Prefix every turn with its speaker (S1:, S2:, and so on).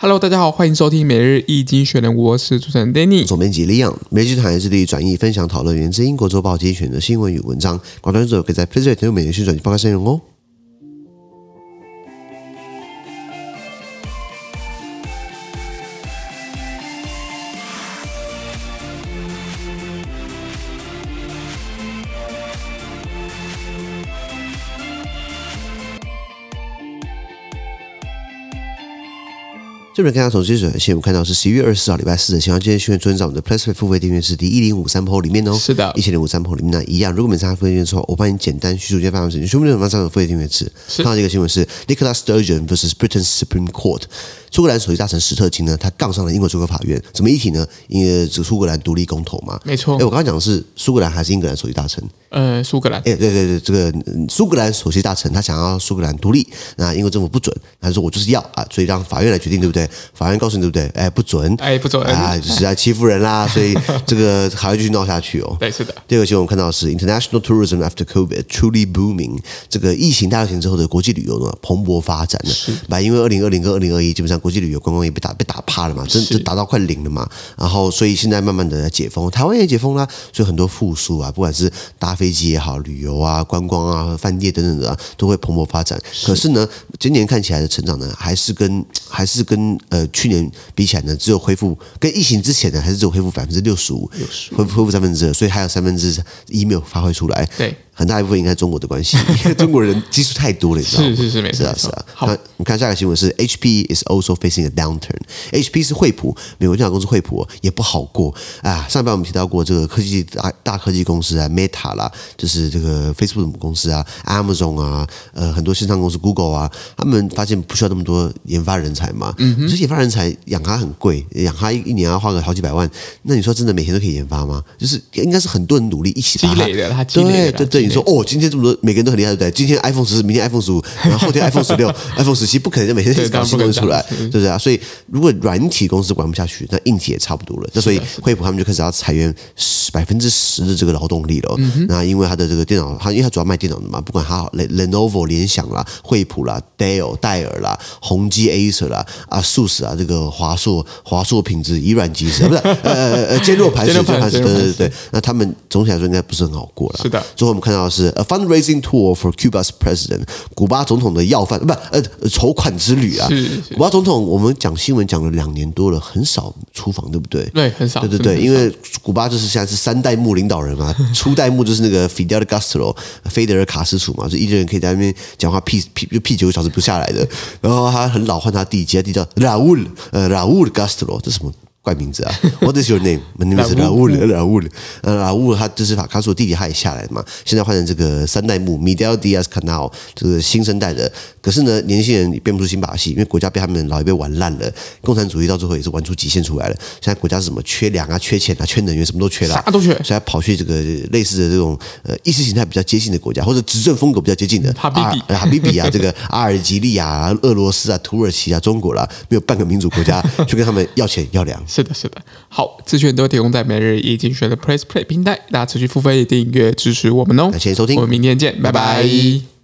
S1: Hello，大家好，欢迎收听每日易经学人，我是主持人 Danny。
S2: 总编辑李阳，每日产业致力于转译、分享、讨论源自英国《周报》精选的新闻与文章。广东者可以在 Pleasure 听每日新转译报告内容哦。这边看到从记者的线，我们看到是十一月二十四号礼拜四的新闻。今天新闻尊在我们的 Plus Pay 付费订阅是第一零五三坡里面哦。
S1: 是的
S2: 一千零五三坡里面那一样。如果每次他付费订阅之后，我帮你简单叙述一下发生什么事情。全部都有马上有付费订阅制。
S1: 是
S2: 看到这个新闻是 Nicola Sturgeon vs Britain Supreme Court，苏格兰首席大臣史特金呢，他杠上了英国最高法院。什么议题呢？因为这个苏格兰独立公投嘛。
S1: 没错
S2: 哎，我刚刚讲的是苏格兰还是英格兰首席大臣？
S1: 呃，苏格兰，
S2: 哎、对对对，这个嗯苏格兰首席大臣他想要苏格兰独立，那英国政府不准，他说我就是要啊，所以让法院来决定，对不对？法院告诉你，对不对？哎，不准，
S1: 哎，不准，
S2: 啊，就是在欺负人 啦，所以这个还会继续闹下去哦。
S1: 对，是的，
S2: 第二个新闻我们看到的是 International Tourism after COVID truly booming，这个疫情大流行之后的国际旅游呢蓬勃发展了。本来因为二零二零跟二零二一基本上国际旅游观光业被打被打趴了嘛，真
S1: 是
S2: 的达到快零了嘛。然后所以现在慢慢的解封，台湾也解封啦，所以很多复苏啊，不管是搭飞机也好，旅游啊、观光啊、饭店等等的、啊、都会蓬勃发展。可是呢，今年看起来的成长呢，还是跟还是跟呃去年比起来呢，只有恢复跟疫情之前呢，还是只有恢复百分之六十五，恢复恢复三分之二，所以还有三分之一没有发挥出来。
S1: 对，
S2: 很大一部分应该是中国的关系， 因为中国人基数太多了，你知道吗？
S1: 是是是没错
S2: 是啊
S1: 没错
S2: 是啊。
S1: 好
S2: 那你看下一个新闻是 HP is also facing a downturn。HP 是惠普，美国电脑公司惠普哦也不好过啊。上半我们提到过这个科技大大科技公司啊，Meta 啦，就是这个 Facebook 的母公司啊，Amazon 啊，呃，很多线上公司 Google 啊，他们发现不需要那么多研发人才嘛，嗯，就是研发人才养他很贵，养他一一年要花个好几百万，那你说真的每天都可以研发吗？就是应该是很多人努力一起把它
S1: 积累的它积
S2: 对
S1: 累的
S2: 对
S1: 它
S2: 对
S1: 积累
S2: 你说哦，今天这么多，每个人都很厉害，对不对？今天 iPhone 十，明天 iPhone 十五，然后后天 iPhone 十六、iPhone 十七，不可能每天
S1: 对
S2: 搞
S1: 当然不
S2: 新东西
S1: 可能
S2: 出来，
S1: 嗯
S2: 对不对啊？所以如果软体公司管不下去，那硬体也差不多了。那所以惠普他们就开始要裁员十百分之十的这个劳动力了哦。那因为他的这个电脑，他因为他主要卖电脑的嘛，不管他 Len- Lenovo、联想啦、惠普啦、Dell、戴尔啦、宏基、Acer 啦、啊 ASUS 啊，这个华硕、华硕品质以软击石，啊不是呃呃呃坚若磐石，
S1: 坚若磐石
S2: 对
S1: 坚若
S2: 对
S1: 磐
S2: 对
S1: 石
S2: 对。那他们总体来说应该不是很好过了。
S1: 是的
S2: 最后我们看到的是 a fundraising tour for Cuba's president，古巴总统的要饭不呃筹款之旅啊。
S1: 是是
S2: 古巴总统，我们讲新闻讲了两年多了，很少出访，对不对？
S1: 对，很少，
S2: 对对
S1: 真的
S2: 对，
S1: 很
S2: 因
S1: 少
S2: 为古巴就是现在是三代目领导人嘛，初代目就是那个 Fidel Castro 呃菲德尔卡斯楚嘛，就一个人可以在那边讲话屁屁就屁九个小时不下来的。然后他很老，换他弟弟，他弟叫 Raul 呃 Raul Castro，这什么？怪名字啊！What is your name？My name is
S1: Raul
S2: Raul Raul。呃，Raul 他就是把卡斯楚弟弟他也下来嘛，现在换成这个三代目 Miguel Diaz Canal，这个新生代的。可是呢，年轻人变不出新把戏，因为国家被他们老一辈玩烂了，共产主义到最后也是玩出极限出来了。现在国家是什么缺粮啊、缺钱啊、缺能源，什么都缺了，
S1: 啥都缺
S2: 所以他跑去这个类似的这种呃意识形态比较接近的国家，或者执政风格比较接近的
S1: 哈比比
S2: 阿哈比比啊，这个阿尔及利亚、啊、俄罗斯啊、土耳其啊、中国啦、没有半个民主国家去跟他们要钱要粮。
S1: 是的，是的。好，资讯都提供在每日易经学
S2: 哎
S1: 人的 Press Play 平台，大家持续付费订阅支持我们哦。
S2: 感谢收听
S1: 我们明天见，拜拜
S2: 拜拜